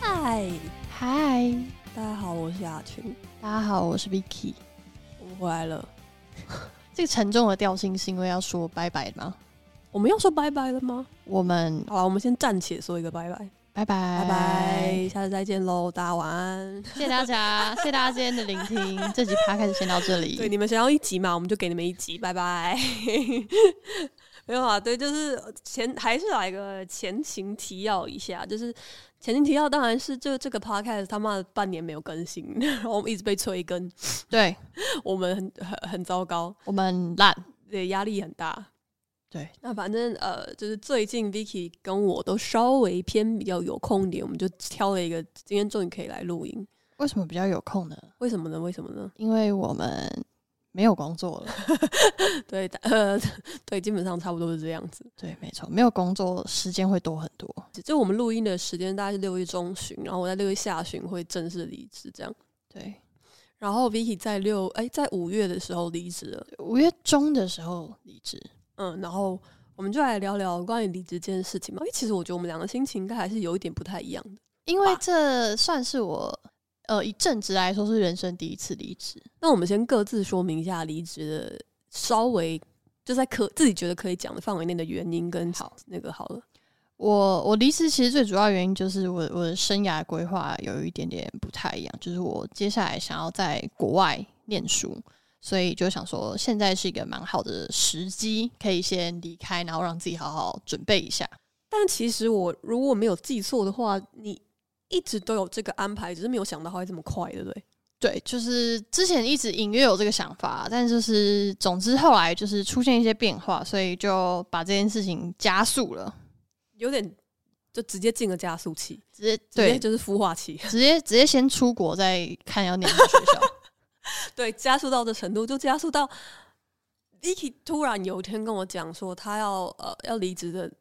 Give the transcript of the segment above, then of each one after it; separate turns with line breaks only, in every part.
嗨，
嗨，
大家好，我是雅群，
大家好，我是 Vicky。
我们回来了。
这个沉重的调性是因为要说拜拜吗？
我们要说拜拜了吗？
我们
好了，我们先暂且说一个拜拜，
拜拜
拜拜，，下次再见喽，大家晚安。
谢谢 大家，谢谢大家今天的聆听。这集趴开始先到这
对，
里。
你们想要一集嘛，我们就给你们一集，拜拜。 没有啊，对，就是前还是来个前情提要一下，就是前情提要当然是就这个 podcast 他妈的半年没有更新， 然后我们一直被催更，
对
我们很很很糟糕，
我们烂，
对，压力很大。
对，
那反正呃，就是最近 Vicky 跟我都稍微偏比较有空一点，我们就挑了一个今天终于可以来录音。
为什么比较有空呢？
为什么呢？为什么呢？
因为我们没有工作了。
对，呃， 对，基本上差不多是这样子。
对，没错，没有工作时间会多很多。
就我们录音的时间大概是六月中旬，然后我在六月下旬会正式离职，这样。
对，
然后 Vicky 在六哎、在五月的时候离职了，
五月中的时候离职。
嗯，然后我们就来聊聊关于离职这件事情嘛。因为其实我觉得我们两个心情应该还是有一点不太一样的。
因为
吧
这算是我呃以正职来说是人生第一次离职。
那我们先各自说明一下离职的稍微就在可自己觉得可以讲的范围内的原因跟
好
那个好了。
我我离职其实最主要原因就是我我的生涯规划有一点点不太一样，就是我接下来想要在国外念书，所以就想说现在是一个蛮好的时机，可以先离开，然后让自己好好准备一下。
但其实我如果没有记错的话，你一直都有这个安排，只是没有想到它会这么快，对不对？
对，就是之前一直隐约有这个想法，但就是总之后来就是出现一些变化，所以就把这件事情加速了，
有点就直接进了加速器，
直接
直接
对，
就是孵化 器，
直接直接先出国再看要念什么学校。
对，加速到的程度就加速到 Vicky 突然有一天跟我讲说，他要呃要离职的。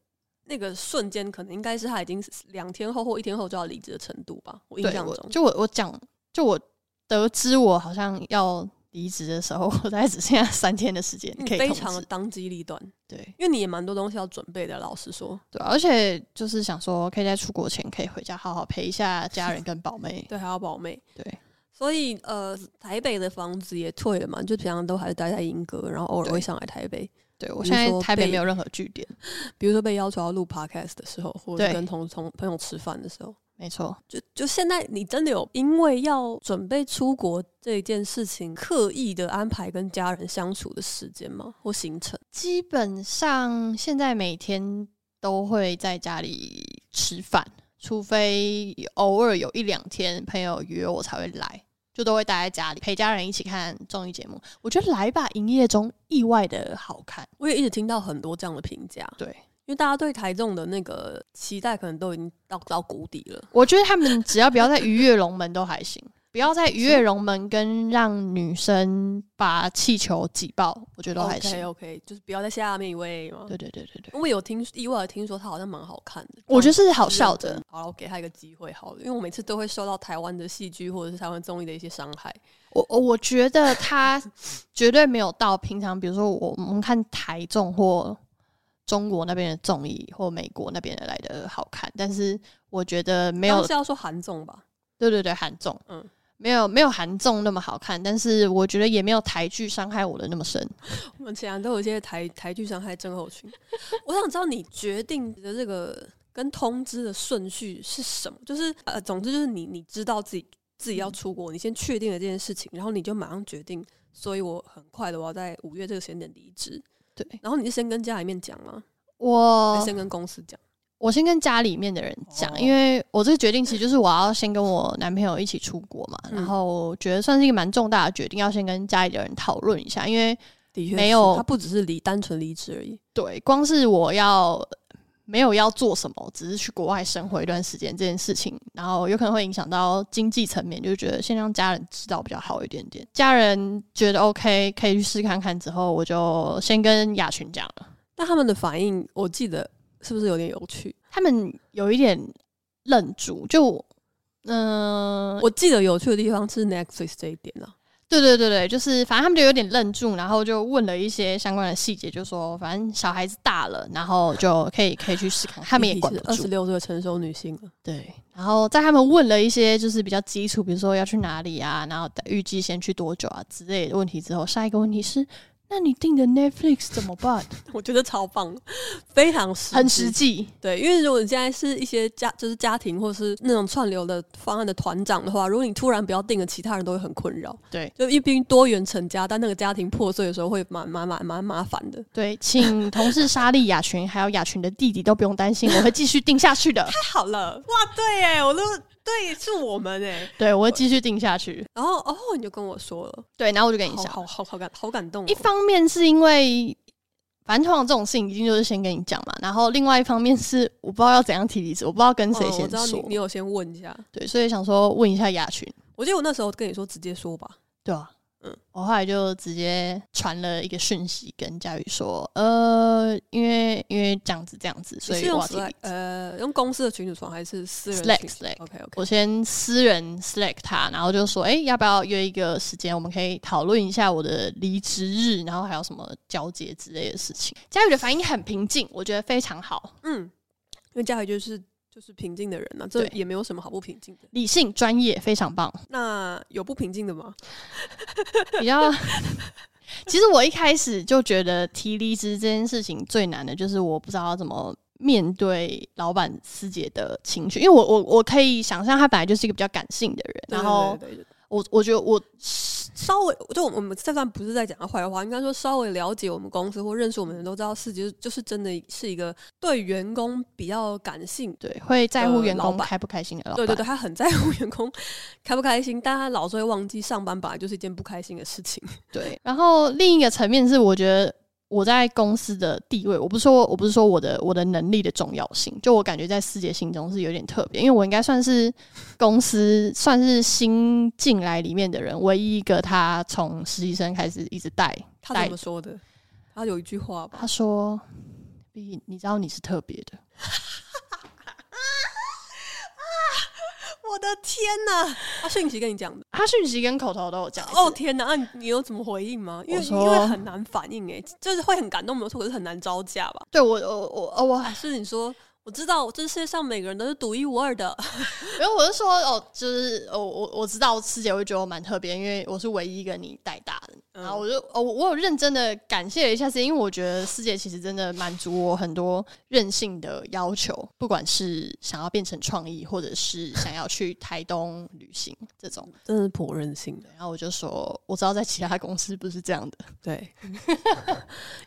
那个瞬间，可能应该是他已经两天后或一天后就要离职的程度吧，我印
对，
象
我
中。
就我我讲，就我得知我好像要离职的时候， 我大概只剩下三天的时间
你
可以
嗯非
控
常的
制。
当机立断，
对
因为你也蛮多东西要准备的。老实说，。
对啊，而且就是想说，可以在出国前可以回家好好陪一下家人跟宝妹
对，还要保妹，
对
所以呃，台北的房子也退了嘛，就平常都还是待在英哥，然后偶尔
对
会上来台北。
对，我
比
现
如
在
说
台北
被
没有任何据点，
比如说被要求要录 podcast 的时候，或者是
对
跟同同朋友吃饭的时候，
没错，
就就现在你真的有因为要准备出国这件事情，刻意的安排跟家人相处的时间吗？或行程？
基本上现在每天都会在家里吃饭，除非偶尔有一两天朋友约我才会来，就都会待在家里陪家人一起看综艺节目。我觉得《来吧营业中》意外的好看，
我也一直听到很多这样的评价，
对
因为大家对台中的那个期待可能都已经到到谷底了。
我觉得他们只要不要在鱼跃龙门都还行。不要在鱼跃龙门跟让女生把气球挤爆，我觉得都还行。
OK OK，就是不要在下面一位嘛。
对对对对对，
我有听意外的听说他好像蛮好看的，
我觉得是
但嗯
好笑的。。
好了，我给他一个机会好了，因为我每次都会受到台湾的戏剧或者是台湾综艺的一些伤害。
我我我觉得他绝对没有到平常，比如说我我们看台综或中国那边的综艺或美国那边的来的好看，但是我觉得没
当
有
时要说韩综吧，
对对对韩综，
哦嗯
嗯，没有没有韩综那么好看，但是我觉得也没有台剧伤害我的那么深。
我们前两都有一些台台剧伤害症候群。 我想知道你决定的这个跟通知的顺序是什么？就是呃，总之就是你你知道自己自
嗯
己要出国，你先确定了这件事情，然后你就马上决定。所以我很快的，我要在五月这个时间点离职。
对
然后你是先跟家里面讲吗？还
我
是先跟公司讲？
我先跟家里面的人讲，
哦
因为我这个决定其实就是我要先跟我男朋友一起出国嘛，
嗯
然后觉得算是一个蛮重大的决定，要先跟家里的人讨论一下，因为
的确
没
是
有
他不只是离单纯离职而已。
对，光是我要没有要做什么，只是去国外生活一段时间这件事情，然后有可能会影响到经济层面，就觉得先让家人知道比较好一点点。家人觉得 OK，可以去试看看之后，我就先跟雅群讲了。
那他们的反应，我记得是不是有点有趣？
他们有一点愣住，就嗯、呃嗯
我记得有趣的地方是 Netflix 这一点啊，
对对对对，就是反正他们就有点愣住，然后就问了一些相关的细节，就说反正小孩子大了，然后就可以可以去试看，他们也管不
二十
住。
六岁的成熟女性了，
对，然后在他们问了一些就是比较基础，比如说要去哪里啊，然后预计先去多久啊之类的问题之后，下一个问题是，那你订的 Netflix 怎么 办？
我觉得超棒，非常实际
很实际，
对，因为如果你现在是一些家，就是家庭或是那种串流的方案的团长的话，如果你突然不要定了，其他人都会很困扰。
对
就一边多元成家，但那个家庭破碎的时候会蛮蛮蛮蛮麻烦的。
对，请同事莎莉、雅群还有雅群的弟弟都不用担心，我会继续定下去 的。
太好了，哇，对哎，我都对，是我们哎。
对，我会继续定下去。
然后哦，你就跟我说了，
对，然后我就跟你
好
讲，
好好好感好感动、哦。
一方面是因为，反正通常这种事情一定就是先跟你讲嘛，然后另外一方面是我不知道要怎样提离哦职，我不知道跟谁
嗯我
先
知道
说
你，你有先问一下，
对，所以想说问一下雅群，
我记得我那时候跟你说直接说吧。
对啊，
嗯
嗯，我后来就直接传了一个讯息跟佳宇说，呃，因为因为这样子这样子，所
你
以
是
我
用
要提离
Slack
职
呃用公司的群主传还是私人
Slack，
群
Slack
OK OK，
我先私人 Slack 他，然后就说，哎、要不要约一个时间，我们可以讨论一下我的离职日，然后还有什么交接之类的事情。佳宇的反应很平静，我觉得非常好，
嗯，因为嘉怡就是就是平静的人呐、这
对
也没有什么好不平静的。
理性专业，非常棒。
那有不平静的吗？
比较。其实我一开始就觉得提离职这件事情最难的就是我不知道要怎么面对老板师姐的情绪，因为我我我可以想象他本来就是一个比较感性的人，然后
对对对对
我我觉得我
稍微就我们这段不是在讲他坏话，应该说稍微了解我们公司或认识我们的人都知道，是就是就是真的是一个对员工比较感性。
对会在乎
呃
员
老
工
板
开不开心的老板，
对对对，他很在乎员工开不开心，但他老是会忘记上班本来就是一件不开心的事情。
对，然后另一个层面是，我觉得我在公司的地位，我不是说我不是说我的我的能力的重要性，就我感觉在师姐心中是有点特别，因为我应该算是公司算是新进来里面的人，唯一一个他从实习生开始一直带。
他怎么说的？他有一句话吧，
他说：“你你知道你是特别的。”
我的天哪！他讯息跟你讲的。
他讯息跟口头都有讲
哦
哦，
天哪，那你你有怎么回应吗？因为
我
因
说
为很难反应哎、就是会很感动没有错，可是很难招架吧？
对我我我哦我，
还是你说我知道这世界上每个人都是独一无二的，
然后我就说哦，就是哦我我知道师姐会觉得我蛮特别，因为我是唯一一个你带大的，
嗯
然后我就哦，我我有认真的感谢了一下师姐，因为我觉得师姐其实真的满足我很多任性的要求，不管是想要变成创意，或者是想要去台东旅行这种。
真是颇任性的。
然后我就说，我知道在其他公司不是这样的，
对，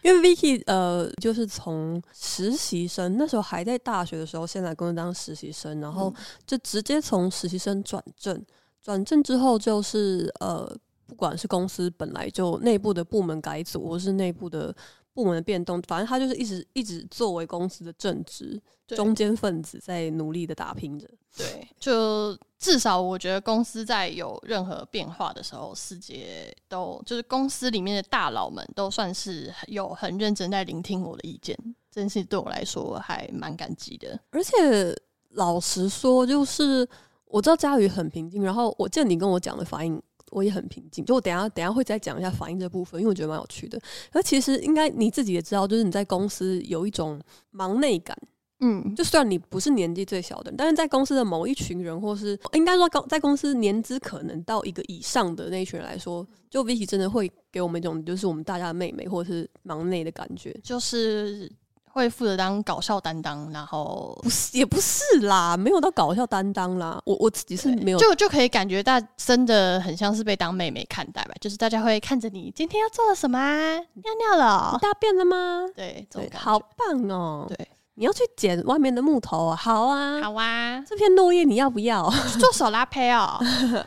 因为 Vicky 呃，就是从实习生那时候还在大学的时候，先来公司当实习生，然后就直接从实习生转正，转正之后就是呃，不管是公司本来就内部的部门改组，或是内部的部门的变动，反正他就是一直一直作为公司的正职
对
中间分子，在努力的打拼着。
对，就至少我觉得公司在有任何变化的时候，师姐都就是公司里面的大佬们都算是有很认真在聆听我的意见，真是对我来说还蛮感激的。
而且老实说，就是我知道佳宇很平静，然后我见你跟我讲的反应，我也很平静。就我等一下等一下会再讲一下反应这部分，因为我觉得蛮有趣的。而其实应该你自己也知道，就是你在公司有一种忙内感。
嗯，
就虽然你不是年纪最小的人，但是在公司的某一群人，或是应该说高在公司年资可能到一个以上的那一群人来说，就 Vicky 真的会给我们一种就是我们大家的妹妹或是忙内的感觉。
就是会负责当搞笑担当，然后
不是，也不是啦，没有到搞笑担当啦。我我自己是没有
就就可以感觉大真的很像是被当妹妹看待吧，就是大家会看着你今天要做了什么、啊，尿尿了
你
哦，
大便了吗？
对，这种感觉
好，棒哦！
对，
你要去捡外面的木头啊，好啊。
好啊，
这片落叶你要不要？
去做手拉胚哦，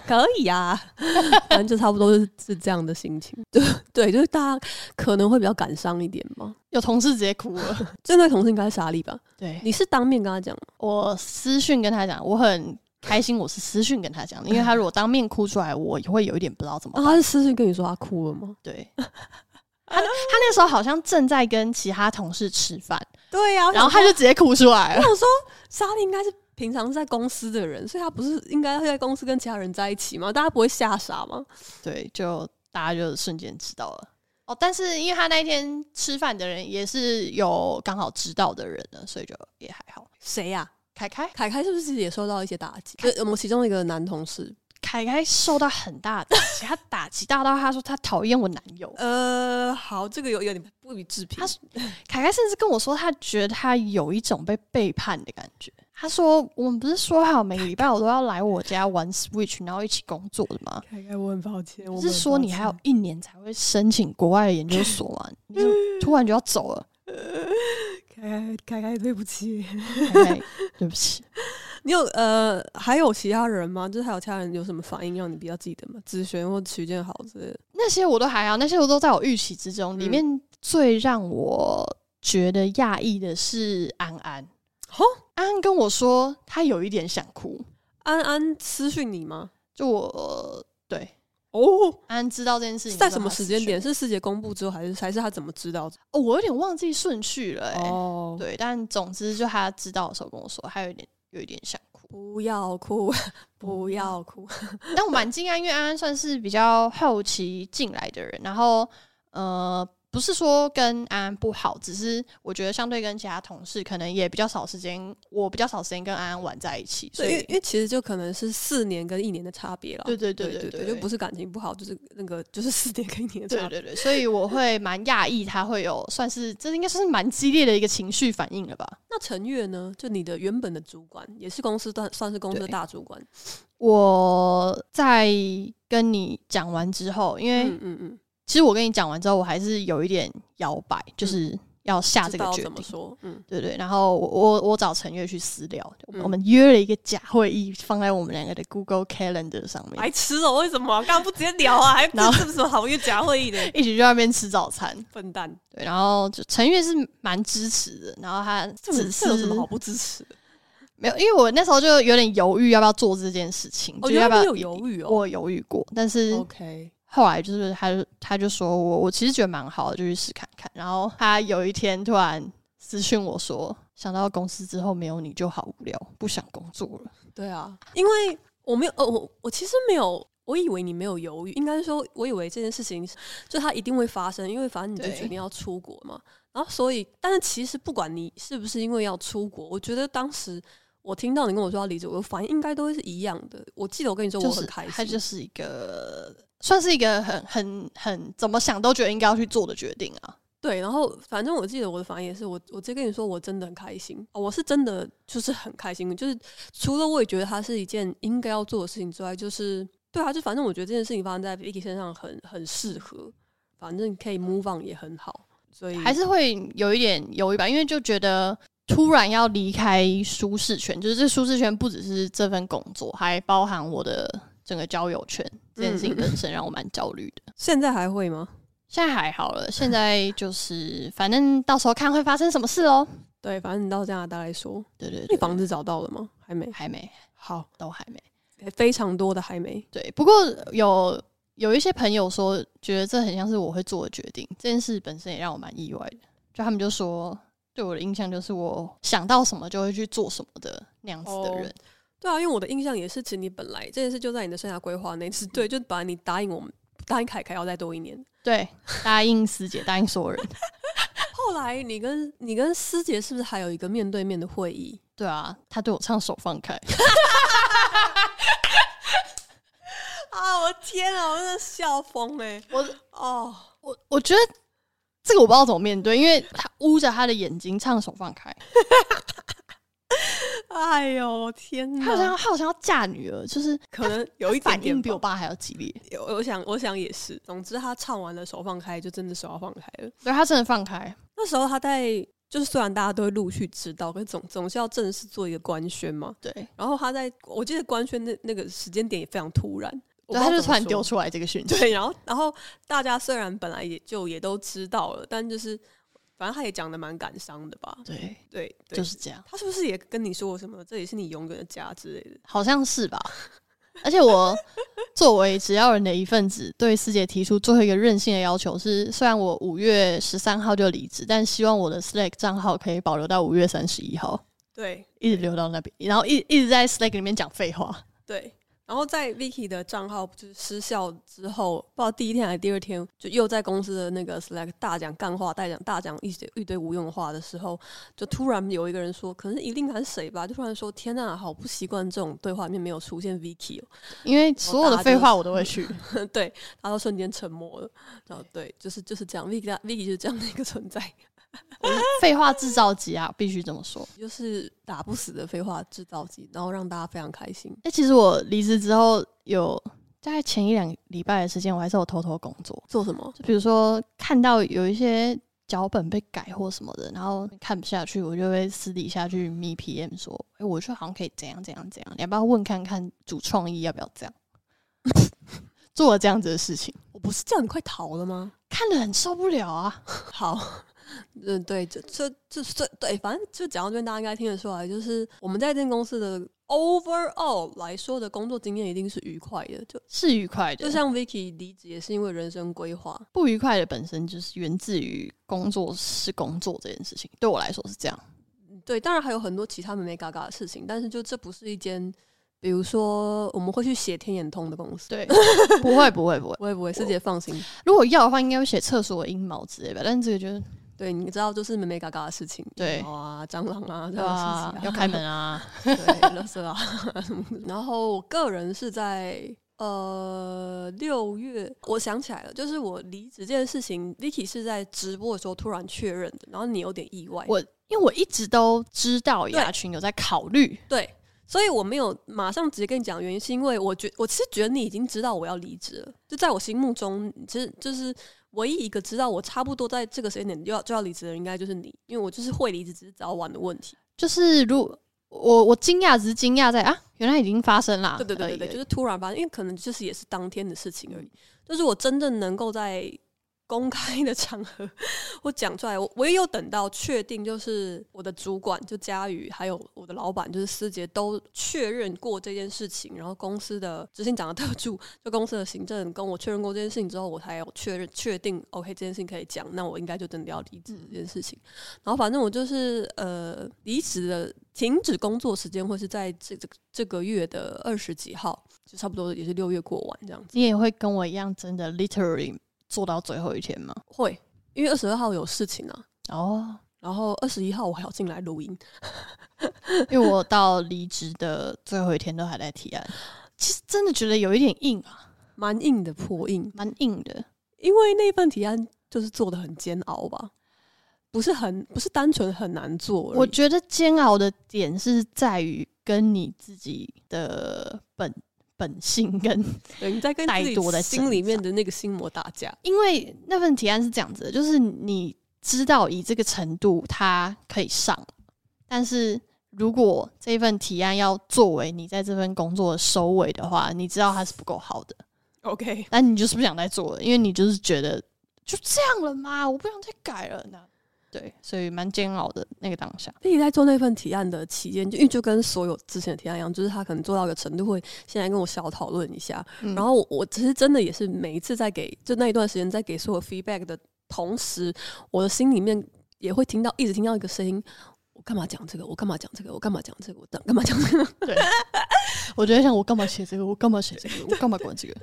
可以 啊，反正就差不多是是这样的心情。对对，就是大家可能会比较感伤一点嘛。
有同事直接哭了，
这位同事应该是莎莉吧？
对
你是当面跟他讲吗？
我私讯跟他讲，我很开心，我是私讯跟他讲的，因为他如果当面哭出来，我也会有一点不知道怎
啊，
么
他
办。
是私信跟你说他哭了吗？
对，他他那时候好像正在跟其他同事吃饭，
对呀、
啊然后他就直接哭出
我
来了。
想说，莎莉应该是平常是在公司的人，所以他不是应该会在公司跟其他人在一起吗？大家不会吓傻吗？
对，就大家就瞬间知道了。哦，但是因为他那一天吃饭的人也是有刚好知道的人了，所以就也还好。
谁呀、
凯凯，
凯凯是不是也受到一些打击？就是我们其中一个男同事，
凯凯受到很大的打击，他打击大到他说他讨厌我男友。
呃，好，这个有有点不予置评。
他凯凯甚至跟我说，他觉得他有一种被背叛的感觉。他说：“我们不是说好每个礼拜我都要来我家玩 Switch，然后一起工作的吗？
凯凯，我很抱歉，
不是说你还有一年才会申请国外的研究所吗？你怎么突然就要走了？
凯凯，凯凯，对不起。
凯凯，对不起，
你有呃，还有其他人吗？就是还有其他人有什么反应让你比较记得吗？子璇或曲建豪之类的。
那些我都还好，那些我都在我预期之中。里
嗯
面最让我觉得讶异的是安安，
吼
安安跟我说他有一点想哭，
安安私讯你吗？
就我对
哦，
安安知道这件事情
在
之后
什么
他
时
私
间
讯
点？
我
是师姐公布之后，还是还是他怎么知道？
哦，我有点忘记顺序了、欸，
哦，
对，但总之就他知道的时候跟我说，他有一点有一点想哭。
不要哭，不要哭。
但我蛮惊讶，因为安安算是比较后期进来的人，然后呃，不是说跟安安不好，只是我觉得相对跟其他同事，可能也比较少时间，我比较少时间跟安安玩在一起，所
对，因为
以
因为其实就可能是四年跟一年的差别了。
对对对
对
对
对，就不是感情不好，就是那个就是四年跟一年的
对
差别。
对对，所以我会蛮讶异，他会有算是这应该算是蛮激烈的一个情绪反应了吧。
那陈月呢？就你的原本的主管，也是公司算算是公司的
对
大主管。
我在跟你讲完之后，因为
嗯嗯嗯，
其实我跟你讲完之后，我还是有一点摇摆，就是要下
嗯知
这个
道
决
怎么
定。
说？嗯，
对对，然后我我我找陈月去私聊，
嗯
我们约了一个假会议，放在我们两个的 Google Calendar 上面，
白痴哦、为什么啊？干嘛不直接聊啊？还不
然后
是什么好约假会议的
一起去那边吃早餐。
笨蛋？
对，然后就陈月是蛮支持的，然后他
这有
只
这
是
有什么好不支持的？
没有，因为我那时候就有点犹豫要不要做这件事情，
哦
就要不要
原来你有哦犹豫哦
我有犹豫过，但是
OK，
后来就是他就他就说我我其实觉得蛮好的，就去试看看。然后他有一天突然私讯我说，想到公司之后没有你就好无聊，不想工作了。
对啊，因为我没有，呃，我我其实没有，我以为你没有犹豫，应该是说，我以为这件事情是就它一定会发生，因为反正你就
对
决定要出国嘛。然后所以，但是其实不管你是不是因为要出国，我觉得当时我听到你跟我说要离职，我的反应应该都会是一样的。我记得我跟你说我
就是
很开
他
心，
就是一个算是一个很很很怎么想都觉得应该要去做的决定啊。
对，然后反正我记得我的反应也是，我我直接跟你说，我真的很开心、哦我是真的就是很开心，就是除了我也觉得它是一件应该要做的事情之外，就是对啊，就反正我觉得这件事情发生在 Vicky 身上很很适合，反正可以 move on 也很好，所以
还是会有一点犹豫吧，因为就觉得突然要离开舒适圈，就是这舒适圈不只是这份工作，还包含我的整个交友圈这件事情
嗯
本身让我蛮焦虑的。
现在还会吗？
现在还好了，现在就是反正到时候看会发生什么事喽。
对，反正你到加拿大来说，
对对
你
对，
房子找到了吗？还没，
还没，
好，
都还没。
非常多的还没。
对，不过有有一些朋友说，觉得这很像是我会做的决定，这件事本身也让我蛮意外的。就他们就说，对我的印象就是我想到什么就会去做什么的那样子的人。
对啊，因为我的印象也是，其实你本来这件事就在你的生涯规划内，是对，就本来你答应我们，答应凯凯要再多一年。
对，答应师姐，答应所有人。
后来你跟你跟师姐是不是还有一个面对面的会议？
对啊，他对我唱手放开，
啊，我天啊，我真的笑疯哎、
我
哦，
我我觉得这个我不知道怎么面对，因为他捂着他的眼睛唱手放开。
哎呦天
他好像
哪！
要他好像要嫁女儿，就是
可能有一点
反
点
应比我
吧，
爸还要激烈。
有我想我想也是。总之，他唱完了手放开，就真的手要放开了。
对他真的放开，
那时候他在就是虽然大家都会陆续知道，可是总总是要正式做一个官宣嘛。
对，
然后他在我记得官宣那那个时间点也非常突然，我不知
对
道
他就
怎么
突然
说
丢出来这个讯息。
对，然后然后大家虽然本来也就也都知道了，但就是反正他也讲的蛮感伤的吧。
对，
对，对
就是这样，
他是不是也跟你说过什么？这也是你永远的家之类的？
好像是吧？ 而且我作为只要人的一份子，对师姐提出最后一个任性的要求是：虽然我五月十三号就离职，但希望我的 Slack 账号可以保留到五月三十一号。
对
一直溜到那边，然后一一直在 Slack 里面讲废话。
对。然后在 Vicky 的账号就是失效之后，不知道第一天还是第二天，就又在公司的那个 Slack 大讲干话，大讲大讲一堆一堆无用话的时候，就突然有一个人说，可能是一定还是谁吧，就突然说：“天呐，好不习惯这种对话里面没有出现 Vicky 哦。
因为所有的废话我都会去，”
对，他都瞬间沉默了。然后对，就是就是这样，Vicky 大 Vicky 就是这样的一个存在，
废话制造机啊，必须这么说。
就是打不死的废话制造机，然后让大家非常开心。
哎、其实我离职之后有大概前一两个礼拜的时间，我还是有偷偷工作，
做什么？
就比如说看到有一些脚本被改或什么的，然后看不下去，我就会私底下去密 PM 说，哎、我觉得好像可以怎样怎样怎样，你要不要问看看主创意要不要这样？ 做了这样子的事情，
我不是叫你快逃了吗？
看得很受不了啊！
好， 嗯，对，这这这这对，反正就讲到这边，大家应该听得出来，就是我们在这间公司的 overall 来说的工作经验一定是愉快的，就是
愉快的，
就像 Vicky 离职也是因为人生规划，
不愉快的本身就是源自于工作是工作这件事情，对我来说是这样。
嗯对，当然还有很多其他美美嘎嘎的事情，但是就这不是一间，比如说我们会去写天眼通的公司，
对， 不会不会不会。
不会不会，师姐放心，
如果要的话，应该会写厕所阴毛之类吧，但是这个就是
对，你知道就是美美嘎嘎的事情，
对
猫啊、蟑螂啊这
对
样的事
啊
情、，
要开门啊，
对，垃圾啊什么的。然后我个人是在呃六月，我想起来了，就是我离职这件事情，Vicky 是在直播的时候突然确认的，然后你有点意外，
我因为我一直都知道雅群有在考虑，
对。所以我没有马上直接跟你讲原因，是因为我觉我其实觉得你已经知道我要离职了，就在我心目中，其实就是唯一一个知道我差不多在这个时间点就要就要离职的人，应该就是你，因为我就是会离职，只是早晚的问题。
就是如我我惊讶只是惊讶在啊，原来已经发生啦，
对对对对
而
对，
已嗯
就是突然发生，因为可能就是也是当天的事情而已。就是我真正能够在公开的场合我讲出来，我我也有等到确定，就是我的主管就佳宇，还有我的老板就是思杰都确认过这件事情，然后公司的执行长的特助，就公司的行政跟我确认过这件事情之后，我才有确认确定 OK 这件事情可以讲，那我应该就真的要离
嗯
职这件事情。然后反正我就是呃离职的停止工作时间会是在这这这个月的二十几号，就差不多也是六月过完这样子。
你也会跟我一样，真的 literally 做到最后一天吗？
会，因为二十二号有事情啊，
哦，
然后二十一号我还要进来录音。
因为我到离职的最后一天都还在提案，其实真的觉得有一点硬啊，
蛮硬的破硬，
蛮硬的。
因为那份提案就是做的很煎熬吧，不是很不是单纯很难做而已，
我觉得煎熬的点是在于跟你自己的本本性跟
对你在跟
太
自己
多的
心
挣
里面
扎，
的那个心魔打架
因为那份提案是这样子的，就是你知道以这个程度它可以上，但是如果这份提案要作为你在这份工作的收尾的话，你知道它是不够好的，
OK，
但你就是不想再做了，因为你就是觉得就这样了嘛，我不想再改了
嗯
那。对，所以蛮煎熬的那个当下。
自己在做那份提案的期间，就因为就跟所有之前的提案一样，就是他可能做到一个程度，会先来跟我小讨论一下。
嗯
然后我我其实真的也是每一次在给，就那一段时间在给所有 feedback 的同时，我的心里面也会听到，一直听到一个声音：我干嘛讲这个？我干嘛讲这个？我干嘛讲这个？我干嘛讲这个？
嗯我觉得像我干嘛写这个，我干嘛写这个，我干嘛管这个？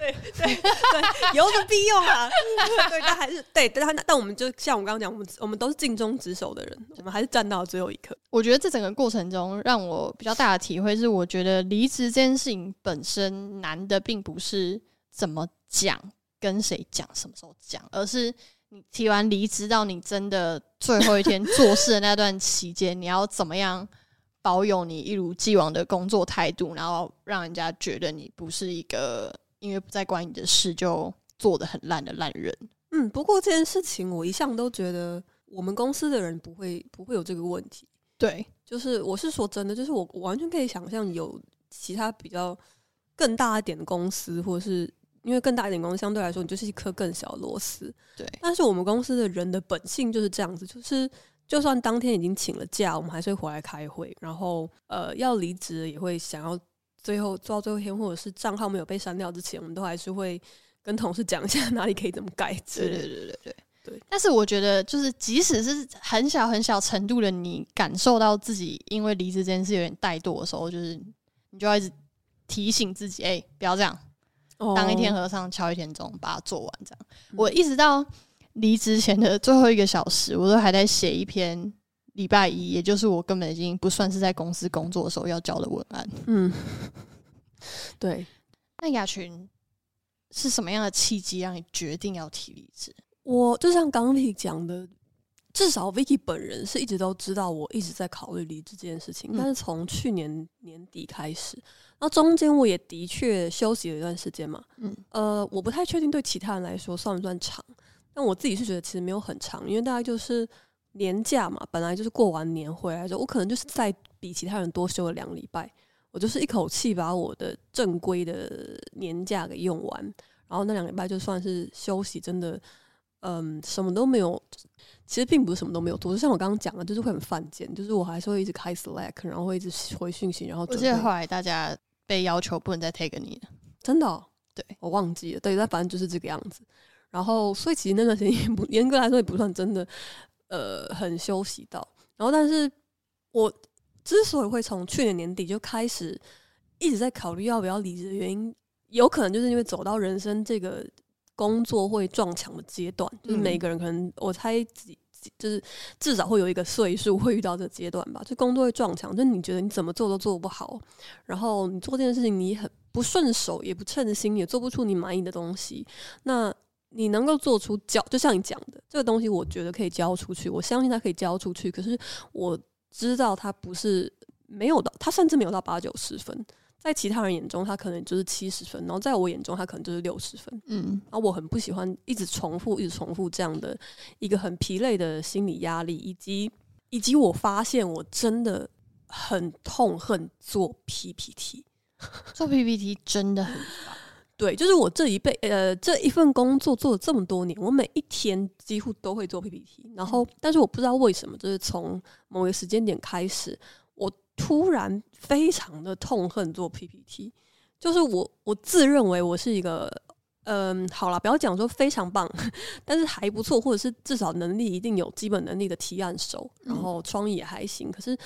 有个屁用啊！ 对，但还是对，但他但我们就像我刚刚讲，我们我们都是尽忠职守的人，我们还是站到最后一刻。
我觉得这整个过程中，让我比较大的体会是，我觉得离职这件事情本身难的并不是怎么讲、跟谁讲、什么时候讲，而是你提完离职到你真的最后一天做事的那段期间，你要怎么样保有你一如既往的工作态度，然后让人家觉得你不是一个因为不再关你的事就做的很烂的烂人。
嗯，不过这件事情我一向都觉得我们公司的人不会不会有这个问题。
对，
就是我是说真的，就是我我完全可以想象有其他比较更大一点的公司，或者是因为更大一点公司相对来说，你就是一颗更小的螺丝。
对
但是我们公司的人的本性就是这样子，就是就算当天已经请了假，我们还是会回来开会，然后呃要离职也会想要最后做到最后一天，或者是账号没有被删掉之前，我们都还是会跟同事讲一下 哪里可以怎么改之
对
类的。
对对对对，
对，
但是我觉得，就是即使是很小很小程度的，你感受到自己因为离职这件事有点怠惰的时候，就是你就要一直提醒自己，哎、不要这样，当一
哦
天和尚敲一天钟，把它做完。这样，我一直到离职前的最后一个小时，我都还在写一篇礼拜一，也就是我根本已经不算是在公司工作的时候要交的文案。
嗯，对
那雅群是什么样的契机让你决定要提离职？
我就像刚刚 Vicky 讲的，至少 Vicky 本人是一直都知道我一直在考虑离职这件事情，
嗯
但是从去年年底开始，那中间我也的确休息了一段时间嘛，
嗯，
呃，我不太确定对其他人来说算不算长，但我自己是觉得其实没有很长，因为大概就是年假嘛，本来就是过完年回来之后，我可能就是再比其他人多休了两个礼拜，我就是一口气把我的正规的年假给用完，然后那两个礼拜就算是休息，真的，嗯，什么都没有。其实并不是什么都没有做，就像我刚刚讲的，就是会很犯贱，就是我还是会一直开 Slack，然后会一直回讯息，然后
我
准
记得
备
后来大家被要求不能再 take 你了。
真的、哦，
对
我忘记了，对，但反正就是这个样子。然后，所以其实那段时间也不严格来说也不算真的，呃，很休息到。然后，但是我之所以会从去年年底就开始一直在考虑要不要离职的原因，有可能就是因为走到人生这个工作会撞墙的阶段，就是
嗯
每个人可能我猜几几就是至少会有一个岁数会遇到这个阶段吧，就工作会撞墙，就你觉得你怎么做都做不好，然后你做这件事情你很不顺手，也不称心，也做不出你满意的东西，那。你能够做出交，就像你讲的，这个东西我觉得可以交出去，我相信它可以交出去。可是我知道它不是没有到，它甚至没有到八九十分，在其他人眼中，他可能就是七十分，然后在我眼中，他可能就是六十分。
嗯，
然后我很不喜欢一直重复、一直重复这样的一个很疲累的心理压力，以及以及我发现我真的很痛恨做 PPT。
做 PPT 真的很烦。
对，就是我这一辈呃这一份工作做了这么多年，我每一天几乎都会做 PPT，然后但是我不知道为什么，就是从某个时间点开始，我突然非常的痛恨做 PPT，就是我我自认为我是一个。嗯，好啦，不要讲说非常棒， 但是还不错，或者是至少能力一定有基本能力的提案手，然
嗯
后创意也还行。可是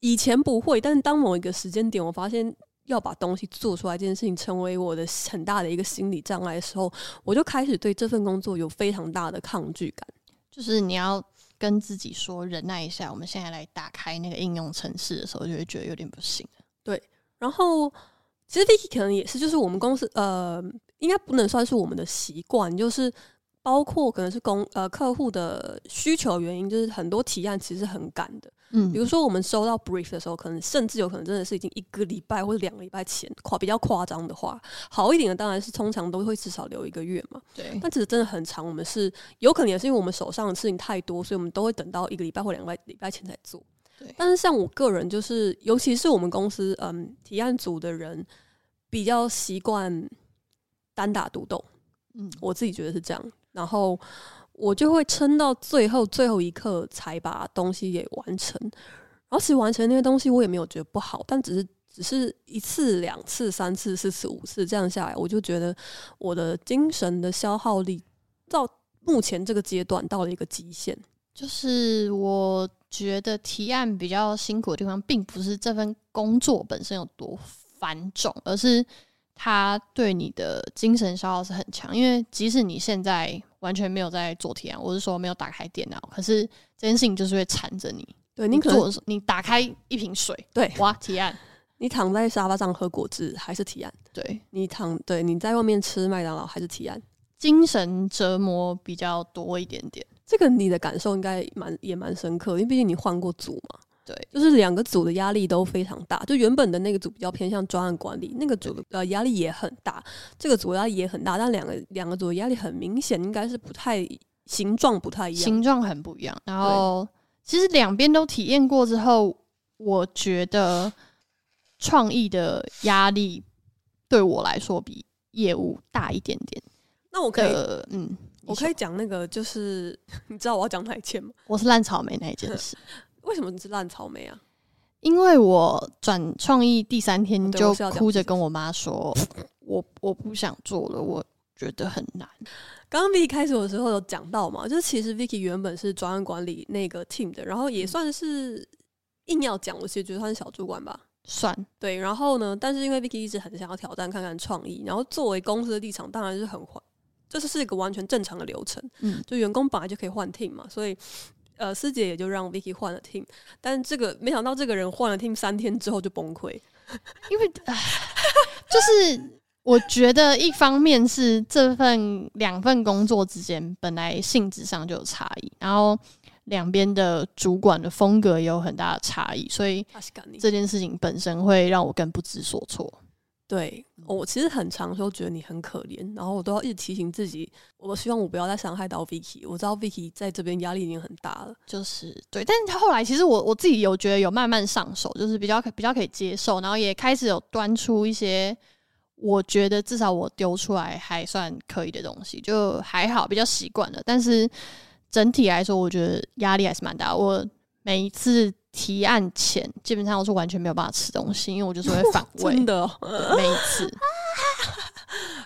以前不会，但是当某一个时间点，我发现要把东西做出来这件事情成为我的很大的一个心理障碍的时候，我就开始对这份工作有非常大的抗拒感。
就是你要跟自己说忍耐一下，我们现在来打开那个应用程式的时候，就会觉得有点不行。
然后其实 Vicky 可能也是，就是我们公司呃，应该不能算是我们的习惯，就是包括可能是公呃客户的需求原因，就是很多提案其实很赶的。
嗯
比如说我们收到 brief 的时候，可能甚至有可能真的是已经一个礼拜或者两个礼拜前，夸比较夸张的话，好一点的当然是通常都会至少留一个月嘛。
对，
但其实真的很长，我们是有可能也是因为我们手上的事情太多，所以我们都会等到一个礼拜或两个礼拜前才做
对。
但是像我个人，就是尤其是我们公司，嗯，提案组的人比较习惯单打独斗，
嗯，
我自己觉得是这样。然后我就会撑到最后最后一刻才把东西给完成。然后其实完成那些东西，我也没有觉得不好，但只是只是一次、两次、三次、四次、五次这样下来，我就觉得我的精神的消耗力到目前这个阶段到了一个极限。
就是我觉得提案比较辛苦的地方，并不是这份工作本身有多繁重，而是它对你的精神消耗是很强。因为即使你现在完全没有在做提案，我是说没有打开电脑，可是这件事情就是会缠着你。
对
你
你可
做
能
的时候，你打开一瓶水，
对
哇，提案，
你躺在沙发上喝果汁还是提案，
对，
你躺对你在外面吃麦当劳还是提案，
精神折磨比较多一点点。
这个你的感受应该蛮也蛮深刻，因为毕竟你换过组嘛。
对，
就是两个组的压力都非常大。就原本的那个组比较偏向专案管理，那个组的呃压力也很大，这个组的压力也很大，但两个两个组的压力很明显，应该是不太形状不太一样。
形状很不一样。然后其实两边都体验过之后，我觉得创意的压力对我来说比业务大一点点。
那我可以，
呃，嗯，
我可以讲那个，就是 你知道我要讲哪一件吗？
我是烂草莓那一件 事，
为什么你是烂草莓啊？
因为我转创意第三天
对
就
我是要讲
哭着跟我妈说，我我不想做了，我觉得很难。
刚刚 Vicky 开始的时候有讲到嘛，就是其实 Vicky 原本是专案管理那个 team 的，然后也算是硬要讲，我其实觉得算是小主管吧。
算
对，然后呢，但是因为 Vicky 一直很想要挑战看看创意，然后作为公司的立场，当然是很欢，这是一个完全正常的流程。
嗯，
就员工本来就可以换 team 嘛，所以呃，师姐也就让 Vicky 换了 team，但这个没想到这个人换了 team 三天之后就崩溃，
因为唉就是我觉得一方面是这份两份工作之间本来性质上就有差异，然后两边的主管的风格也有很大的差异，所以
他是干你。
这件事情本身会让我更不知所措。
对、哦我其实很常说觉得你很可怜，然后我都要一直提醒自己，我希望我不要再伤害到 Vicky。我知道 Vicky 在这边压力已经很大了，
就是对，但是后来其实我我自己有觉得有慢慢上手，就是比较可比较可以接受，然后也开始有端出一些我觉得至少我丢出来还算可以的东西，就还好，比较习惯了。但是整体来说，我觉得压力还是蛮大。我每一次提案前，基本上我是完全没有办法吃东西，因为我就是会反 胃
真，的、哦、
对每一次。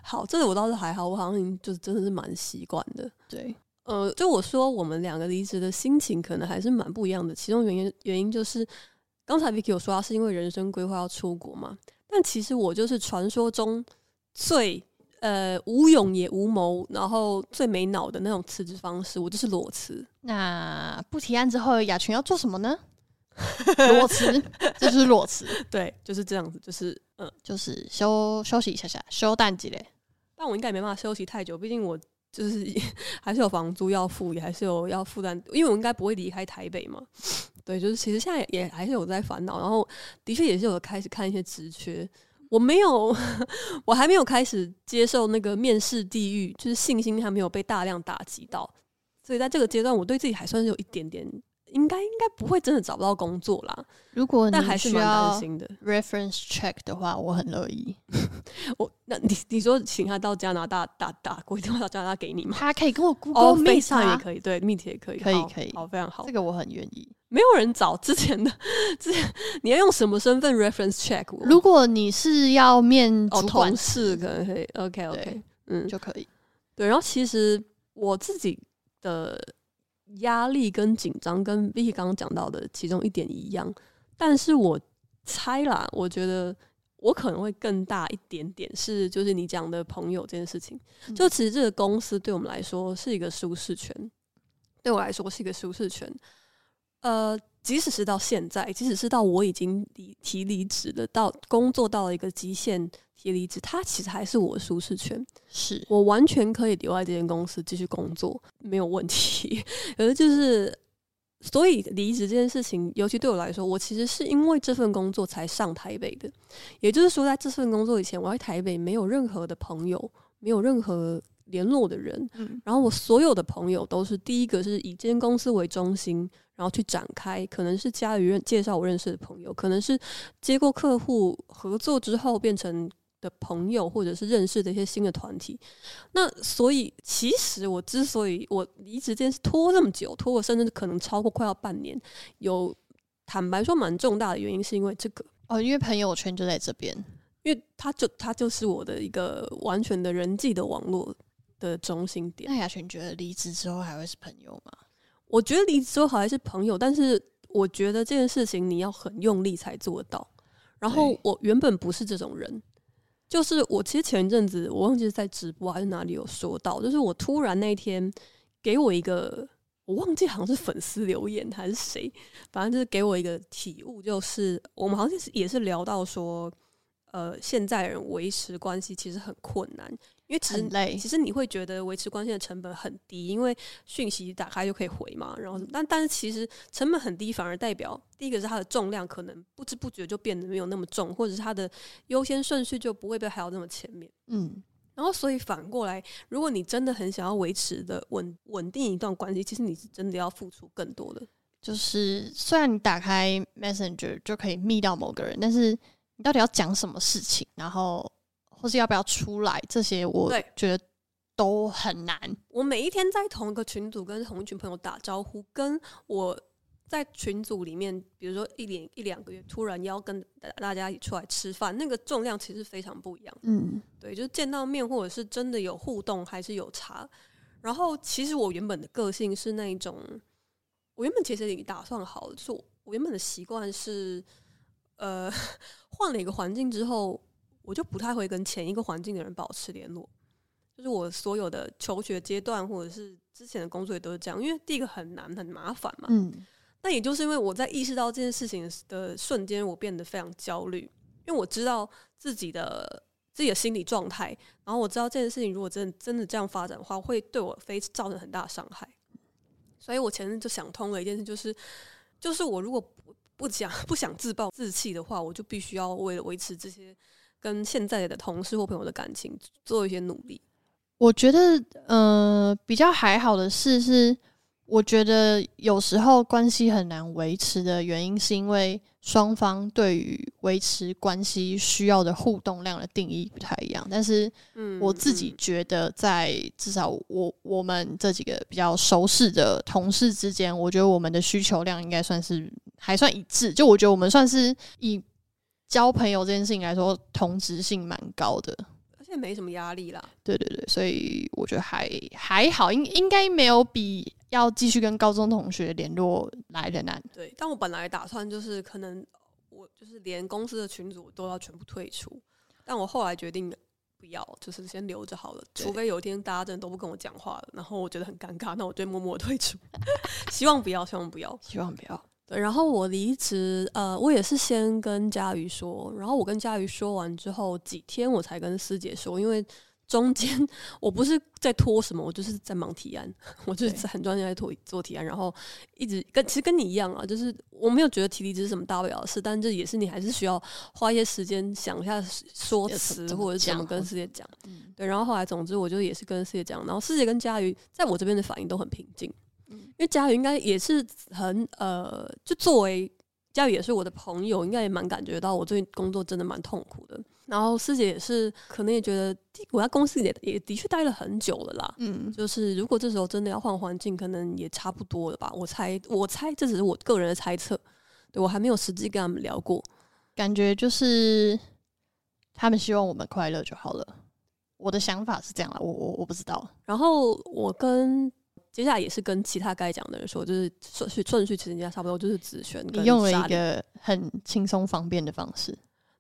好，这个我倒是还好，我好像已经就真的是蛮习惯的。
对，
呃，就我说我们两个离职的心情可能还是蛮不一样的，其中原因原因就是刚才 Vicky 有说他是因为人生规划要出国嘛，但其实我就是传说中最呃无勇也无谋，然后最没脑的那种辞职方式，我就是裸辞。
那不提案之后，雅群要做什 么呢？裸辞，这就是裸辞。
对，就是这样子，就是嗯，
就是休休息一下下，休淡季嘞。
但我应该也没办法休息太久，毕竟我就是 还是有房租要付，也还是有要负担，因为我应该不会离开台北嘛。对，就是其实现在也还是有在烦恼，然后的确也是有开始看一些职缺。我没有， 我还没有开始接受那个面试地狱，就是信心还没有被大量打击到，所以在这个阶段，我对自己还算是有一点点，应该应该不会真的找不到工作啦，
如果
但
哦你
还是
需
蛮担
要
心的。
reference check 的话，我很乐意。
我那你你说请他到加拿大打打国际电话到加拿大给你吗？
他可以跟 我 Google
哦
Meet
，FaceTime 也
啊，
可以，对，Meet 也可以，
可以
好
可以
好，非常好
这。个我很愿意。
没有人找之前的，之前你要用什么身份 reference check？我
如果你是要面
哦，
主管
同事可能可以，OK
对
OK，嗯，
就可以。
对。然后其实我自己的压力跟紧张跟 Vicky 刚刚讲到的其中一点一样，但是我猜啦，我觉得我可能会更大一点点，是就是你讲的朋友这件事情。
嗯
就其实这个公司对我们来说是一个舒适圈，对我来说是一个舒适圈。呃，即使是到现在，即使是到我已经离提离职了，到工作到了一个极限提离职，它其实还是我的舒适圈。
是
我完全可以留在这间公司继续工作，没有问题。 可是就是，所以离职这件事情，尤其对我来说，我其实是因为这份工作才上台北的。也就是说，在这份工作以前，我在台北没有任何的朋友，没有任何联络的人。
嗯
然后我所有的朋友都是第一个是以这间公司为中心，然后去展开，可能是家里认介绍我认识的朋友，可能是接过客户合作之后变成的朋友，或者是认识的一些新的团体。那所以其实我之所以我离职这件事拖这么久，拖我甚至可能超过快要半年，有坦白说蛮重大的原因是因为这个。
哦，因为朋友圈就在这边。
因为它就它就是我的一个完全的人际的网络的中心点。
那雅群觉得离职之后还会是朋友吗？
我觉得离职之后好还是朋友，但是我觉得这件事情你要很用力才做得到。然后
对
我原本不是这种人，就是我其实前一阵子我忘记是在直播还是哪里有说到，就是我突然那一天给我一个我忘记好像是粉丝留言还是谁，反正就是给我一个体悟，就是我们好像是也是聊到说，呃，现在人维持关系其实很困难，因为其实
很累
其实你会觉得维持关系的成本很低，因为讯息打开就可以回嘛。然后，但但是其实成本很低，反而代表第一个是它的重量可能不知不觉就变得没有那么重，或者是它的优先顺序就不会被排到那么前面。
嗯，
然后，所以反过来，如果你真的很想要维持的稳稳定一段关系，其实你是真的要付出更多的。
就是虽然你打开 Messenger 就可以密到某个人，但是你到底要讲什么事情，然后或是要不要出来，这些我
对
觉得都很难。
我每一天在同一个群组跟同一群朋友打招呼，跟我在群组里面，比如说一连一两个月，突然要跟大大家一起出来吃饭，那个重量其实非常不一样。
嗯，
对，就是见到面或者是真的有互动，还是有差。然后其实我原本的个性是那一种，我原本其实也打算好了，就是我我原本的习惯是，呃， 换了一个环境之后，我就不太会跟前一个环境的人保持联络。就是我所有的求学阶段或者是之前的工作也都是这样，因为第一个很难很麻烦嘛。
嗯，
但也就是因为我在意识到这件事情的瞬间，我变得非常焦虑，因为我知道自己的自己的心理状态，然后我知道这件事情如果真的真的这样发展的话，会对我非造成很大的伤害。所以我前阵就想通了一件事，就是就是我如果不不想不想自暴自弃的话，我就必须要为了维持这些跟现在的同事或朋友的感情做一些努力。
我觉得呃比较还好的事是，我觉得有时候关系很难维持的原因，是因为双方对于维持关系需要的互动量的定义不太一样。但是
嗯，
我自己觉得，在至少我我们这几个比较熟识的同事之间，我觉得我们的需求量应该算是还算一致。就我觉得我们算是以交朋友这件事情来说，同质性蛮高的。
嗯，而且没什么压力啦。
对对对，所以我觉得还还好，应应该没有比要继续跟高中同学联络来的难。
对，但我本来打算就是可能我就是连公司的群组都要全部退出，但我后来决定不要，就是先留着好了。
对
除非有一天大家真的都不跟我讲话了，然后我觉得很尴尬，那我就默默地退出。 希望不要，希望不要。
希望不要。
对，然后我离职，呃，我也是先跟佳瑜说，然后我跟佳瑜说完之后几天，我才跟师姐说，因为中间我不是在拖什么，我就是在忙提案， 我就是
对
在很专心在拖做提案，然后一直跟其实跟你一样啊，就是我没有觉得提离职是什么大不了的事，但这也是你还是需要花一些时间想一下说
要怎么
辞
怎么
或者怎
讲
么跟
或
师姐讲。
嗯，
对，然后后来总之我就也是跟师姐讲，然后师姐跟佳瑜在我这边的反应都很平静，
嗯
因为佳瑜应该也是很呃，就作为佳瑜也是我的朋友，应该也蛮感觉到我最近工作真的蛮痛苦的。然后师姐也是可能也觉得我在公司也也的确待了很久了啦，
嗯，
就是如果这时候真的要换环境，可能也差不多了吧。我猜，我猜这只是我个人的猜测，对我还没有实际跟他们聊过。
感觉就是他们希望我们快乐就好了。我的想法是这样啦，我我我不知道。
然后我跟接下来也是跟其他该讲的人说，就是顺序顺序其实人家差不多，就是子璇跟
你用了
莎
一
莉，
个很轻松方便的方式，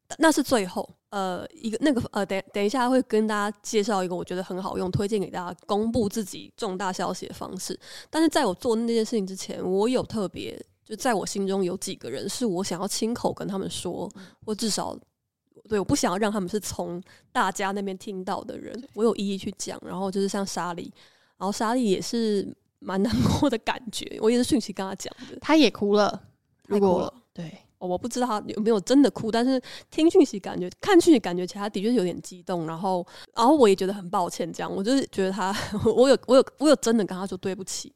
但那是最后呃一个那个呃等等一下会跟大家介绍一个我觉得很好用，推荐给大家公布自己重大消息的方式。但是在我做那件事情之前，我有特别就在我心中有几个人是我想要亲口跟他们说，或至少。对，我不想要让他们是从大家那边听到的人，我有一一去讲。然后就是像莎莉，然后莎莉也是蛮难过的感觉，我也是讯息跟她讲的。
他也哭了。如
她哭
果
了
对，
哦我不知道她有没有真的哭，但是听讯息感觉、看讯息感觉，其实她的确是有点激动。然后，然后我也觉得很抱歉，这样我就是觉得她， 我有我有我有真的跟她说对不起。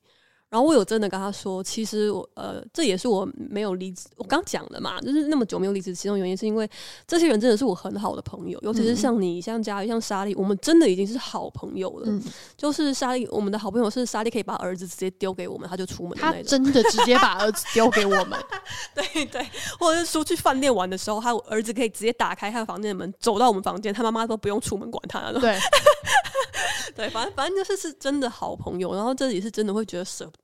然后我有真的跟她说，其实我呃，这也是我没有离职。我刚讲了嘛，就是那么久没有离职，其中原因是因为这些人真的是我很好的朋友，尤其是
嗯
像你、像佳玉、像莎莉，我们真的已经是好朋友了。
嗯，
就是莎莉，我们的好朋友是莎莉，可以把儿子直接丢给我们，他就出门的
他
那种。
真的直接把儿子丢 给我们，
对对，或者是说去饭店玩的时候，他儿子可以直接打开他房间的门，走到我们房间，他妈妈都不用出门管他那种。
对，
对，反正反正就是是真的好朋友，然后这也是真的会觉得舍不得。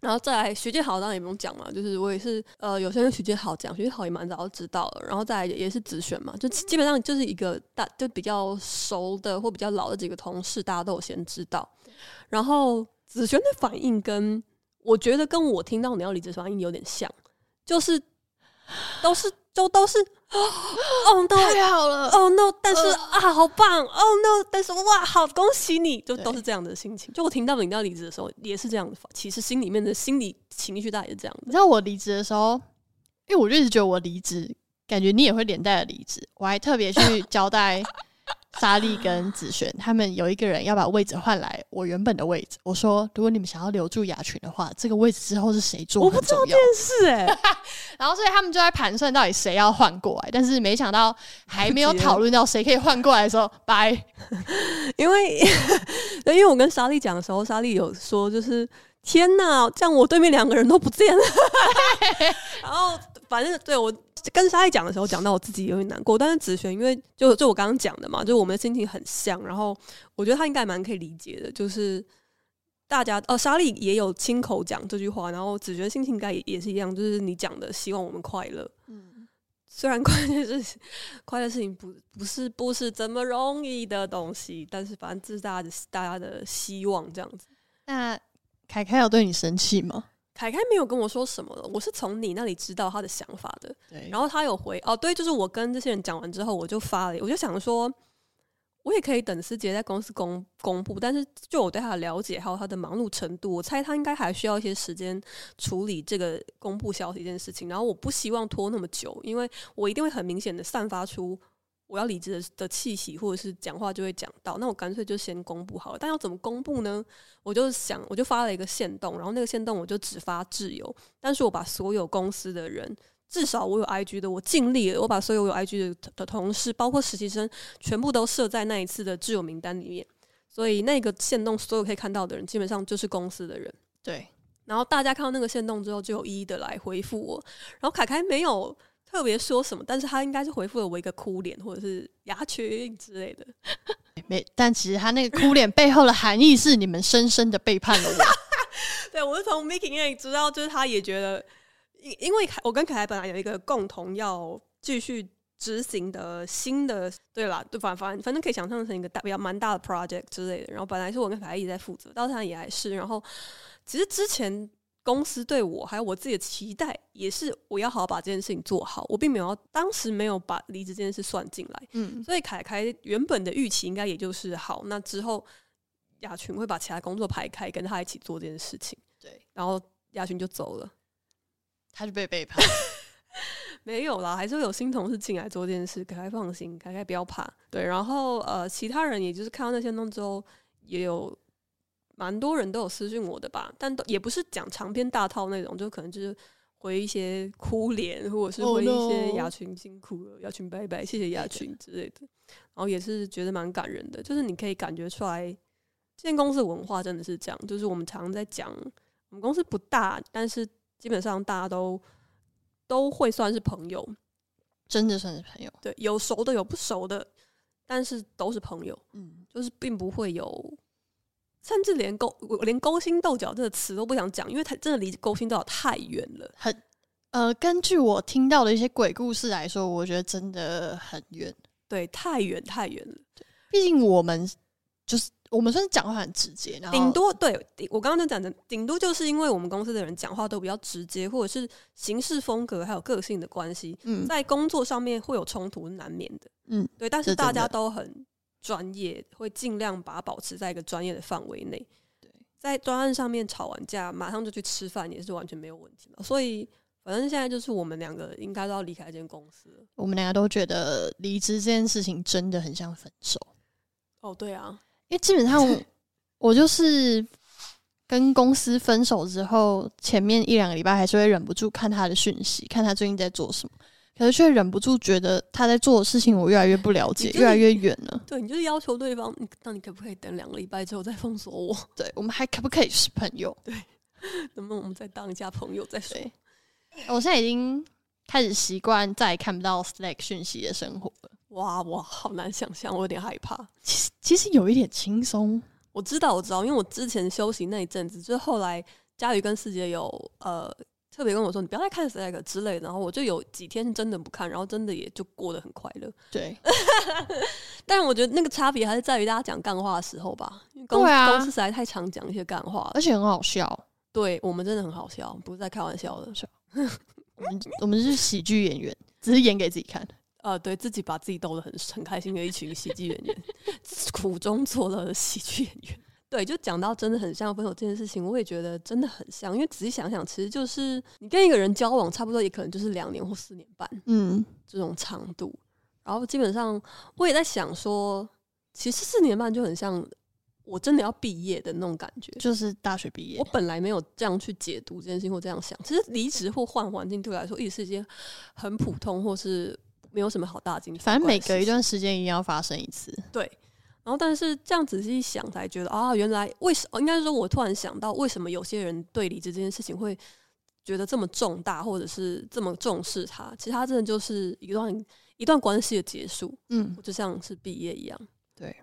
然后再来徐建豪当然也不用讲嘛，就是我也是呃，有些人徐建豪讲，徐建豪也蛮早就知道了，然后再来也也是子选嘛，就基本上就是一个大就比较熟的或比较老的几个同事，大家都有先知道。然后子璇的反应跟我觉得跟我听到你要离职的反应有点像，就是都是都都是 哦，对，
太好了，
哦 no，但是、
呃
啊，好棒哦 no，但是哇，好恭喜你，就
对
都是这样的心情。就我听到领到离职的时候，也是这样的，其实心里面的心理情绪大概也是这样
你
的。
知道我离职的时候，因为我就一直觉得我离职，感觉你也会连带的离职。我还特别去 交代莎莉跟子璇，他们有一个人要把位置换来我原本的位置。我说，如果你们想要留住雅群的话，这个位置之后是谁坐
我不
很
知道
重
这
要。
件事哎、
然后，所以他们就在盘算到底谁要换过来，但是没想到还没有
结
讨论到谁可以换过来的时候，拜，
因为因为我跟莎莉讲的时候，莎莉有说就是 天哪，这样我对面两个人都不见了。然后反正对我跟沙溢讲的时候，讲到我自己有点难过，但是子璇因为就就我刚刚讲的嘛，就我们的心情很像，然后我觉得他应该蛮可以理解的，就是大家哦，沙莉也有亲口讲这句话，然后子璇心情应该也也是一样，就是你讲的希望我们快乐，
嗯，
虽然 快乐事情，快乐事情不不是不是这么容易的东西，但是反正这是大家的大家的希望这样子。
那凯凯有对你生气吗？
凯凯没有跟我说什么了，我是从你那里知道他的想法的。
对
然后他有回哦，对，就是我跟这些人讲完之后，我就发了，我就想说，我也可以等师姐在公司公公布，但是就我对他的了解还有他的忙碌程度，我猜他应该还需要一些时间处理这个公布消息这件事情。然后我不希望拖那么久，因为我一定会很明显的散发出我要离职的的气息，或者是讲话就会讲到。那我干脆就先公布好了，但要怎么公布呢？我就想，我就发了一个线动，然后那个线动我就只发挚友，但是我把所有公司的人。至少我有 IG 的，我尽力了，我把所有有 IG 的的同事，包括实习生，全部都设在那一次的挚友名单里面。所以那个线动所有可以看到的人，基本上就是公司的人。
对，
然后大家看到那个线动之后，就有一一的来回复我。然后凯凯没有特别说什么，但是他应该是回复了我一个哭脸或者是牙缺印之类的。
没，但其实他那个哭脸背后的含义是你们深深的背叛了 我。
对，我是从 Mickey 那里知道，就是他也觉得，因因为凯我跟凯凯本来有一个共同要继续执行的新的，对啦，对反反反正可以想象成一个大比较蛮大的 project 之类的。然后本来是我跟凯凯一直在负责，到现在也还是。然后其实之前公司对我还有我自己的期待，也是我要好好把这件事情做好。我并没有当时没有把离职这件事算进来，
嗯，
所以凯凯原本的预期应该也就是好，那之后雅群会把其他工作排开，跟他一起做这件事情。
对，
然后亚群就走了。
他就被背叛。
没有啦，还是会有新同事进来做这件事，凯凯放心，凯凯不要怕。对，然后呃，其他人也就是看到那些弄之后，也有蛮多人都有私讯我的吧，但都也不是讲长篇大套那种，就可能就是回一些哭脸，或者是
Oh
回一
no
些雅群辛苦了，雅群拜拜，谢谢雅群之类的。然后也是觉得蛮感人的，就是你可以感觉出来，这间公司的文化真的是这样，就是我们常在讲，我们公司不大，但是基本上大家都都会算是朋友，
真的算是朋友。
对，有熟的有不熟的，但是都是朋友，
嗯，
就是并不会有，甚至连勾我连勾心斗角这个词都不想讲，因为它真的离勾心斗角太远了。
很呃，根据我听到的一些鬼故事来说，我觉得真的很远。
对，太远太远了，
毕竟我们就是我们算是讲话很直接，然后
顶多对顶我刚刚就讲的，顶多就是因为我们公司的人讲话都比较直接，或者是行事风格还有个性的关系，
嗯
在工作上面会有冲突是难免的，
嗯，
对，但是
这真
大家
的
都很专业，会尽量把它保持在一个专业的范围内。
对，
在专案上面吵完架，马上就去吃饭，也是完全没有问题的。所以，反正现在就是我们两个应该都要离开这间公司了。
我们两个都觉得离职这件事情真的很像分手，
哦，对啊，
因为基本上 我就是跟公司分手之后，前面一两个礼拜还是会忍不住看他的讯息，看他最近在做什么。可是却忍不住觉得他在做的事情，我越来越不了解
你，真的
越来越远了。
对你就是要求对方，你那你可不可以等两个礼拜之后再封锁我？
对我们还可不可以是朋友？
能不能我们再当一下朋友再说？
对，我现在已经开始习惯再也看不到 Slack 讯息的生活了。
哇哇，好难想象，我有点害怕。
其实其实有一点轻松，
我知道，我知道，因为我之前休息那一阵子，就是后来佳宇跟师姐有呃特别跟我说，你不要再看 Slack 之类的，然后我就有几天是真的不看，然后真的也就过得很快乐。
对，
但我觉得那个差别还是在于大家讲干话的时候吧，因为公、
对啊
公司实在太常讲一些干话了
而。且很好笑。
对我们真的很好笑，不是在开玩笑的。
我们我们是喜剧演员，只是演给自己看。
呃，对自己把自己逗得很很开心的一群喜剧演员， 苦中作乐的喜剧演员。对，就讲到真的很像分手这件事情，我也觉得真的很像，因为仔细想想，其实就是你跟一个人交往，差不多也可能就是两年或四年半
嗯，
这种长度。然后基本上我也在想说，其实四年半就很像我真的要毕业的那种感觉。
就是大学毕业
我，本来没有这样去解读这件事情或这样想。其实离职或换环境对我来说，也是一件很普通或是没有什么好大惊小
反正
怪
每
的
隔
事
一
情
段时间一定要发生一次。
对。然后，但是这样仔细一想，才觉得啊，原来为什么？应该是说我突然想到，为什么有些人对离职这件事情会觉得这么重大，或者是这么重视它，其实它真的就是一段一段关系的结束，
嗯，
就像是毕业一样。
对，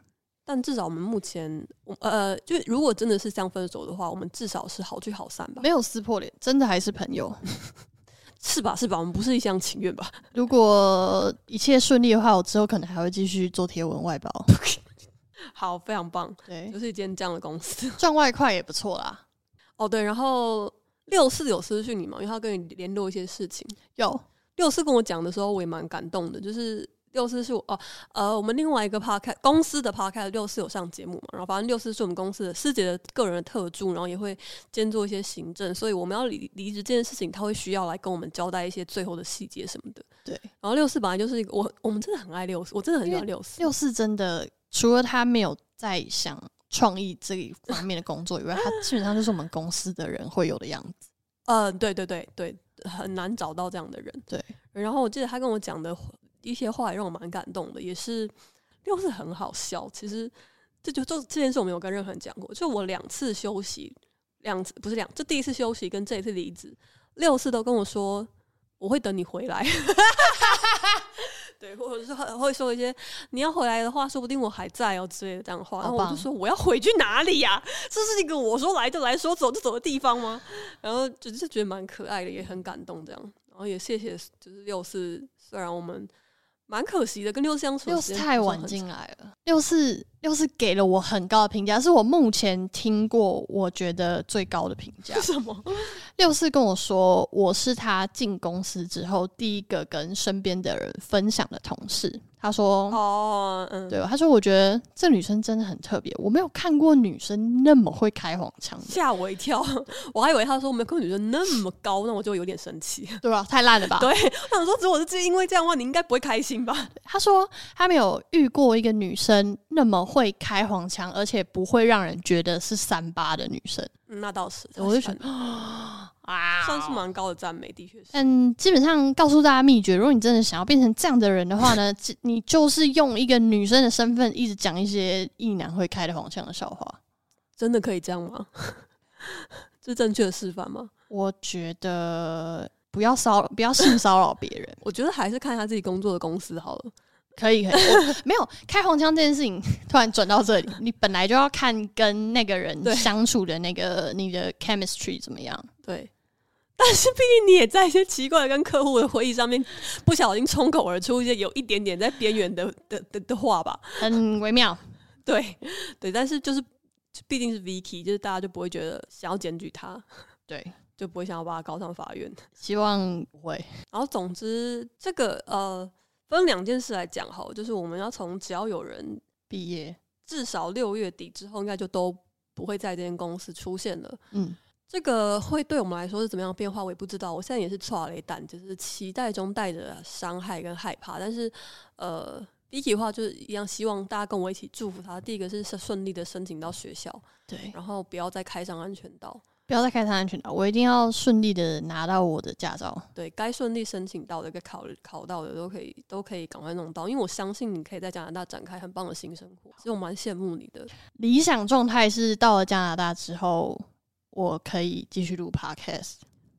但至少我们目前，我呃，就如果真的是像分手的话，我们至少是好聚好散吧
没，有撕破脸，真的还是朋友。
是吧？是吧？我们不是一厢情愿吧？
如果一切顺利的话，我之后可能还会继续做贴文外包，
好，非常棒，
对
就，是一间这样的公司。
赚外快也不错啦。
哦，对，然后六四有私讯你嘛，因为他跟你联络一些事情。
有，
六四跟我讲的时候，我也蛮感动的，就是。六四是我哦，呃，我们另外一个 podcast 公司的 podcast 六四有上节目嘛，然后反正六四是我们公司的师姐的个人的特助，然后也会兼做一些行政，所以我们要离离职这件事情，他会需要来跟我们交代一些最后的细节什么的。
对，
然后六四本来就是一个我，我们真的很爱六四，我真的很喜欢六四，
六四真的除了他没有在想创意这一方面的工作以外，他基本上就是我们公司的人会有的样子。
呃，对对对对，很难找到这样的人。
对，
然后我记得他跟我讲的话一些话也让我蛮感动的，也是又是很好笑。其实这就就这件事我没有跟任何人讲过，就我两次休息，两次不是两，就第一次休息跟这一次离职，六次都跟我说我会等你回来。 对，或者是会会说一些你要回来的话，说不定我还在哦之类的这样的话，然后我
好
就
棒
说我要回去哪里呀、这是一个我说来就来说走就走的地方吗？然后就是觉得蛮可爱的，也很感动这样。然后也谢谢，就是六四，虽然我们蛮可惜的，跟六四相处的
六
时
四
间
太
不是
晚
很
进来了，六四六四给了我很高的评价，是我目前听过我觉得最高的评价
长，。什么？
六四跟我说，我是他进公司之后第一个跟身边的人分享的同事。他说，
哦，嗯，
对，他说我觉得这女生真的很特别，我没有看过女生那么会开黄腔的，
吓我一跳， 我还以为他说没有跟女生那么高，那我就有点生气。
对吧、太烂了吧？
对，我想说，如果是因为这样的话，你应该不会开心吧？
他说他没有遇过一个女生那么会开黄腔，而且不会让人觉得是三八的女生。
嗯那倒是，
我就
算
觉得啊，
算是蛮高的赞美，的确是。
嗯，基本上告诉大家秘诀，如果你真的想要变成这样的人的 话呢，只你就是用一个女生的身份，一直讲一些异男会开的黄腔的笑话。
真的可以这样吗？ 这是正确的示范吗？，
我觉得不要骚扰，不要性骚扰别人
我觉得还是看他自己工作的公司好了。
可以可以。 我没有开黄腔这件事情，突然转到这里，你本来就要看跟那个人
对
相处的那个你的 chemistry 怎么样。
对，但是毕竟你也在一些奇怪的跟客户的会议上面，不小心冲口而出一些有一点点在边缘的的的的话吧。
很微妙。
对，对，但是就是毕竟是 Vicky，就是大家就不会觉得想要检举他，
对，
就不会想要把他告上法院。
希望不会。
然后总之，这个呃，分两件事来讲好了，就是我们要从只要有人
毕业，
至少六月底之后，应该就都不会在这间公司出现了。
嗯，
这个会对我们来说是怎么样的变化，我也不知道。我现在也是抓雷蛋，就是期待中带着伤害跟害怕。但是，呃，Vicky 的话就是一样，希望大家跟我一起祝福他。第一个是顺利的申请到学校，
对，
然后不要再开上安全岛。
不要再开他安全岛，我一定要顺利的拿到我的驾照。
对该顺利申请到的、该考考到的都可以，都可以赶快弄到。因为我相信你可以在加拿大展开很棒的新生活，所以我蛮羡慕你的。
理想状态是到了加拿大之后，我可以继续录 podcast。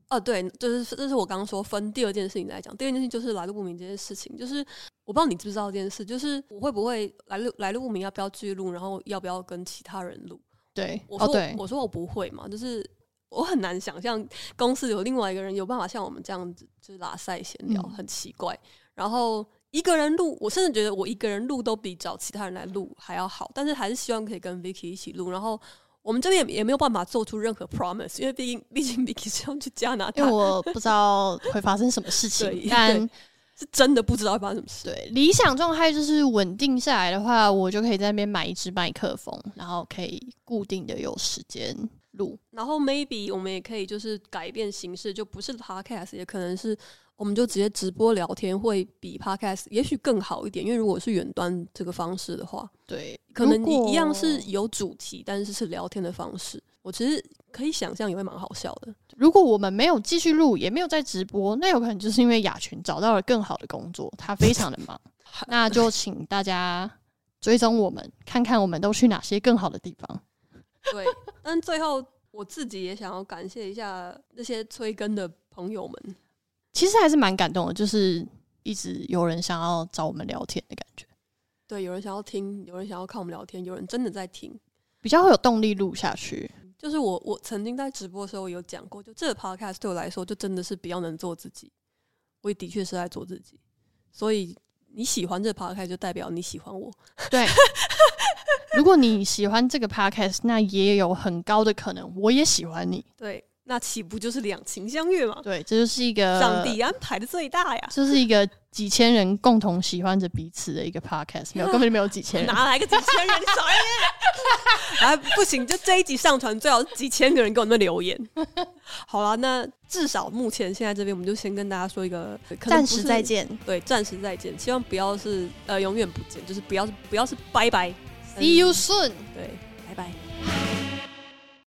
哦，对，就是这是我刚刚说分第二件事情来讲，第二件事情就是来路不明这件事情，就是我不知道你知不知道这件事，就是我会不会来路来路不明，要不要继续录，然后要不要跟其他人录？
对，
我
哦
说、
对，
我说我不会嘛，就是我很难想象公司有另外一个人有办法像我们这样子，就是拉塞闲聊，
嗯
很奇怪。然后一个人录，我甚至觉得我一个人录都比找其他人来录还要好，但是还是希望可以跟 Vicky 一起录，然后。我们这边也也没有办法做出任何 promise，因为毕竟毕竟 Vicky 是要去加拿大
因为，我不知道会发生什 么事
对
情，但
是真的不知道会发生什么事。
对理想状态就是稳定下来的话，我就可以在那边买一支麦克风，然后可以固定的有时间录。
然后 maybe 我们也可以就是改变形式，就不是 podcast，也可能是我们就直接直播聊天，会比 podcast 也许更好一点。因为如果是远端这个方式的话，
对，
可能
如果
一一样是有主题，但是是聊天的方式。我其实可以想象也会蛮好笑的。
如果我们没有继续录，也没有在直播，那有可能就是因为雅群找到了更好的工作，他非常的 忙。那就请大家追踪我们，看看我们都去哪些更好的地方。
对，但最后我自己也想要感谢一下那些催更的朋友们。
其实还是蛮感动的，就是一直有人想要找我们聊天的感觉，
对，有人想要听，有人想要看我们聊天，有人真的在听。
比较会有动力录 下去。
就是我，我曾经在直播的时候有讲过，就这个 podcast 对我来说，就真的是比较能做自己。我也的确是在做自己，所以你喜欢这个 podcast 就代表你喜欢我。
对，如果你喜欢这个 podcast，那也有很高的可能我也喜欢你。
对，那岂不就是两情相悦吗？
对，这就是一个
上帝啊安排的最大呀！
这是一个几千人共同喜欢着彼此的一个 podcast，没有 根本就没有几千人，
哪来个几千人？你少来一点 啊，不行，就这一集上传最好是几千个人给我们留言。 好啦，那至少目前现在这边，我们就先跟大家说一个可能
暂
不
时
是
再见
对，暂时再见，希望不要是呃永远不见，就是不要是不要是拜拜嗯
，see you soon。
对，拜拜。